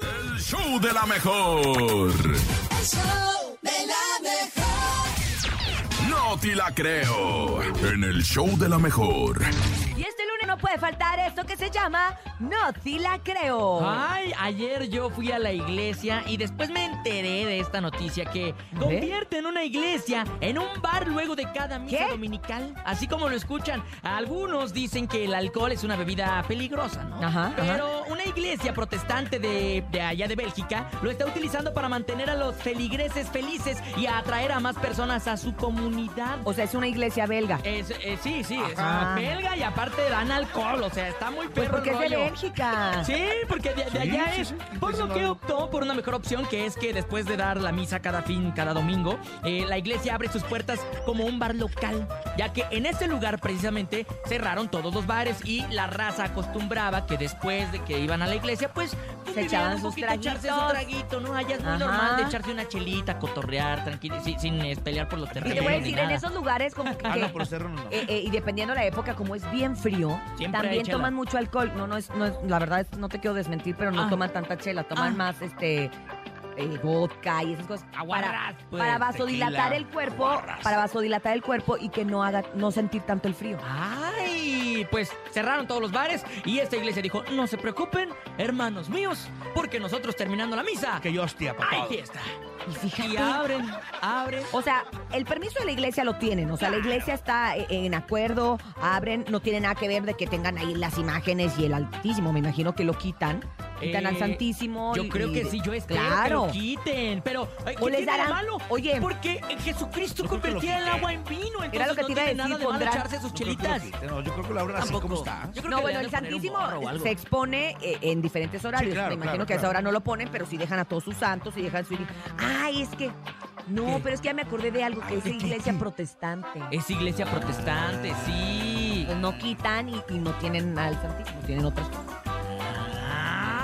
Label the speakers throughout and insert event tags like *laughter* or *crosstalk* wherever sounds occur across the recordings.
Speaker 1: El show de la mejor.
Speaker 2: El show de la mejor.
Speaker 1: No te la creo. En el show de la mejor.
Speaker 3: Y este lunes no puede faltar esto que se llama No te la creo.
Speaker 4: Ay, ayer yo fui a la iglesia y después me enteré de esta noticia que convierten una iglesia en un bar luego de cada misa
Speaker 3: ¿Qué?
Speaker 4: dominical. Así como lo escuchan, algunos dicen que el alcohol es una bebida peligrosa, ¿no?
Speaker 3: Ajá, ajá.
Speaker 4: Pero una iglesia protestante de, de allá de Bélgica lo está utilizando para mantener a los feligreses felices y a atraer a más personas a su comunidad.
Speaker 3: O sea, es una iglesia belga.
Speaker 4: Es- eh, sí, sí, es
Speaker 3: Ajá.
Speaker 4: belga y aparte dan alcohol, o sea, está muy
Speaker 3: Pues
Speaker 4: perro
Speaker 3: porque
Speaker 4: el
Speaker 3: es de
Speaker 4: rollo.
Speaker 3: Bélgica.
Speaker 4: Sí, porque de, de allá es. por lo que optó por una mejor opción, que es que después de dar la misa cada fin, cada domingo, eh, la iglesia abre sus puertas como un bar local, ya que en ese lugar precisamente cerraron todos los bares y la raza acostumbraba que después de que iban a la iglesia, pues convivían
Speaker 3: echaban
Speaker 4: un
Speaker 3: sus
Speaker 4: poquito, echarse su
Speaker 3: traguitos.
Speaker 4: traguito, ¿no? Allá es muy
Speaker 3: Ajá.
Speaker 4: normal de echarse una chelita, cotorrear, tranquilo, sin, sin, eh, pelear por los
Speaker 3: Y
Speaker 4: terrenos.
Speaker 3: te voy a
Speaker 4: ni
Speaker 3: decir, en
Speaker 4: nada.
Speaker 3: esos lugares como que...
Speaker 5: Ah, no, por cerro no. no.
Speaker 3: eh, eh, y dependiendo la época, como es bien frío,
Speaker 4: Siempre hay
Speaker 3: también
Speaker 4: chela.
Speaker 3: toman mucho alcohol. No, no es, no es, la verdad es- no te quiero desmentir, pero no
Speaker 4: Ah.
Speaker 3: toman tanta chela, toman
Speaker 4: Ah.
Speaker 3: más este eh, vodka y esas cosas. para,
Speaker 4: Aguarrás, pues,
Speaker 3: para vasodilatar
Speaker 4: tequila,
Speaker 3: el cuerpo, para vasodilatar el cuerpo y que no haga, no sentir tanto el frío.
Speaker 4: ¡Ay! Pues cerraron todos los bares y esta iglesia dijo, no se preocupen, hermanos míos, porque nosotros terminando la misa,
Speaker 5: Que yo hostia, papá.
Speaker 4: ¡hay fiesta!
Speaker 3: Y fíjate.
Speaker 4: Y abren, abren.
Speaker 3: O sea, el permiso de la iglesia lo tienen. O sea, la iglesia está eh, en acuerdo, abren, no tiene nada que ver de que tengan ahí las imágenes y el Altísimo. Me imagino que lo quitan. Quitan
Speaker 4: Eh,
Speaker 3: al Santísimo.
Speaker 4: Yo
Speaker 3: y-
Speaker 4: creo
Speaker 3: y-
Speaker 4: que sí, yo espero
Speaker 3: Claro.
Speaker 4: que lo quiten, pero ay, ¿qué
Speaker 3: O les
Speaker 4: tiene de
Speaker 3: darán-
Speaker 4: malo?
Speaker 3: oye.
Speaker 4: Porque eh, Jesucristo
Speaker 5: No creo que lo
Speaker 4: convertía el
Speaker 5: quiten.
Speaker 4: agua en vino, entonces
Speaker 3: lo que te iba
Speaker 4: no
Speaker 3: a
Speaker 4: tiene
Speaker 3: decir,
Speaker 4: nada de malo
Speaker 3: pondrán-
Speaker 4: echarse sus
Speaker 5: No creo que lo
Speaker 4: chelitas.
Speaker 5: quiten, No, yo creo que la abran así como
Speaker 4: Tampoco.
Speaker 5: está.
Speaker 4: Yo creo
Speaker 3: No,
Speaker 4: que
Speaker 3: bueno, el
Speaker 4: le han de poner un
Speaker 3: Santísimo
Speaker 4: gorro o algo.
Speaker 3: se expone eh, en diferentes horarios.
Speaker 5: claro,
Speaker 3: Me imagino
Speaker 5: claro,
Speaker 3: que a esa
Speaker 5: claro.
Speaker 3: hora no lo ponen, pero sí dejan a todos sus santos y dejan su... Ay, es que... No,
Speaker 4: ¿Qué?
Speaker 3: pero es que ya me acordé de algo que es
Speaker 4: ¿de qué, Eh.
Speaker 3: iglesia
Speaker 4: qué?
Speaker 3: protestante.
Speaker 4: Es iglesia protestante, sí.
Speaker 3: Pues no quitan y, y no tienen al Santísimo, tienen otras cosas.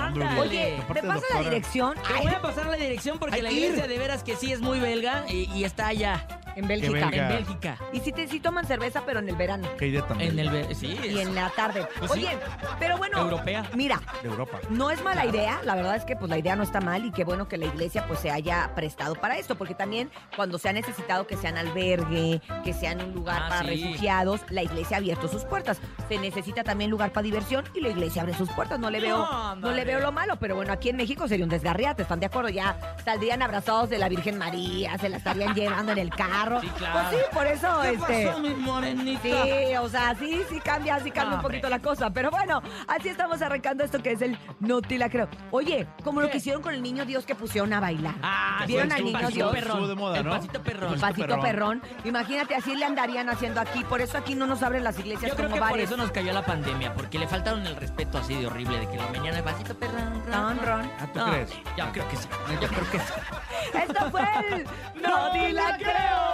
Speaker 4: Ándale.
Speaker 3: Oye, ¿me
Speaker 5: Aparte
Speaker 3: pasa
Speaker 5: de
Speaker 3: la
Speaker 5: doctora.
Speaker 3: dirección?
Speaker 4: Te voy a pasar la dirección porque
Speaker 5: Hay
Speaker 4: la
Speaker 5: que ir.
Speaker 4: iglesia de veras que sí es muy belga y, y está allá,
Speaker 3: En Bélgica.
Speaker 4: en Bélgica.
Speaker 3: Y sí, te, sí toman cerveza, pero en el verano
Speaker 5: Que idea tan
Speaker 4: En el
Speaker 5: bella.
Speaker 4: ver- sí,
Speaker 3: y
Speaker 4: es
Speaker 3: en la tarde.
Speaker 4: Pues sí.
Speaker 3: Oye, pero bueno,
Speaker 4: europea.
Speaker 3: mira,
Speaker 5: de Europa.
Speaker 3: no es mala idea, la verdad es que pues la idea no está mal y qué bueno que la iglesia pues se haya prestado para esto, porque también cuando se ha necesitado que sean albergue, que sean un lugar
Speaker 4: Ah,
Speaker 3: para
Speaker 4: sí.
Speaker 3: refugiados, la iglesia ha abierto sus puertas. Se necesita también lugar para diversión y la iglesia abre sus puertas, no le veo
Speaker 4: No,
Speaker 3: no le veo lo malo, pero bueno, aquí en México sería un desgarriate, ¿están de acuerdo? Ya saldrían abrazados de la Virgen María, se la estarían *laughs* llevando en el carro.
Speaker 4: Sí, claro.
Speaker 3: Pues sí, por eso
Speaker 4: ¿Qué
Speaker 3: este
Speaker 4: pasó, mi morenita?
Speaker 3: Sí, o sea, sí, sí cambia, sí cambia
Speaker 4: No,
Speaker 3: un poquito la
Speaker 4: hombre.
Speaker 3: cosa. Pero bueno, así estamos arrancando esto que es el No te la creo. Oye, como lo
Speaker 4: ¿Qué?
Speaker 3: que hicieron con el niño Dios que pusieron a bailar.
Speaker 4: Ah,
Speaker 3: ¿Vieron
Speaker 4: pues,
Speaker 3: al
Speaker 4: el
Speaker 3: niño
Speaker 4: pasito
Speaker 3: Dios?
Speaker 4: perrón.
Speaker 5: Estuvo de moda,
Speaker 4: El
Speaker 5: ¿no?
Speaker 4: pasito perrón.
Speaker 3: el
Speaker 5: pasito
Speaker 3: pasito perrón. Imagínate, así le andarían haciendo aquí. Por eso aquí no nos abren las iglesias
Speaker 4: Yo creo
Speaker 3: como
Speaker 4: que por
Speaker 3: bares.
Speaker 4: eso nos cayó la pandemia, porque le faltaron el respeto así de horrible de que la mañana el pasito perrón.
Speaker 3: Ron, ron.
Speaker 5: ¿Ah, tú
Speaker 4: No,
Speaker 5: crees?
Speaker 4: Yo creo que sí. Yo creo que sí. *laughs*
Speaker 3: Esto fue el No te la creo.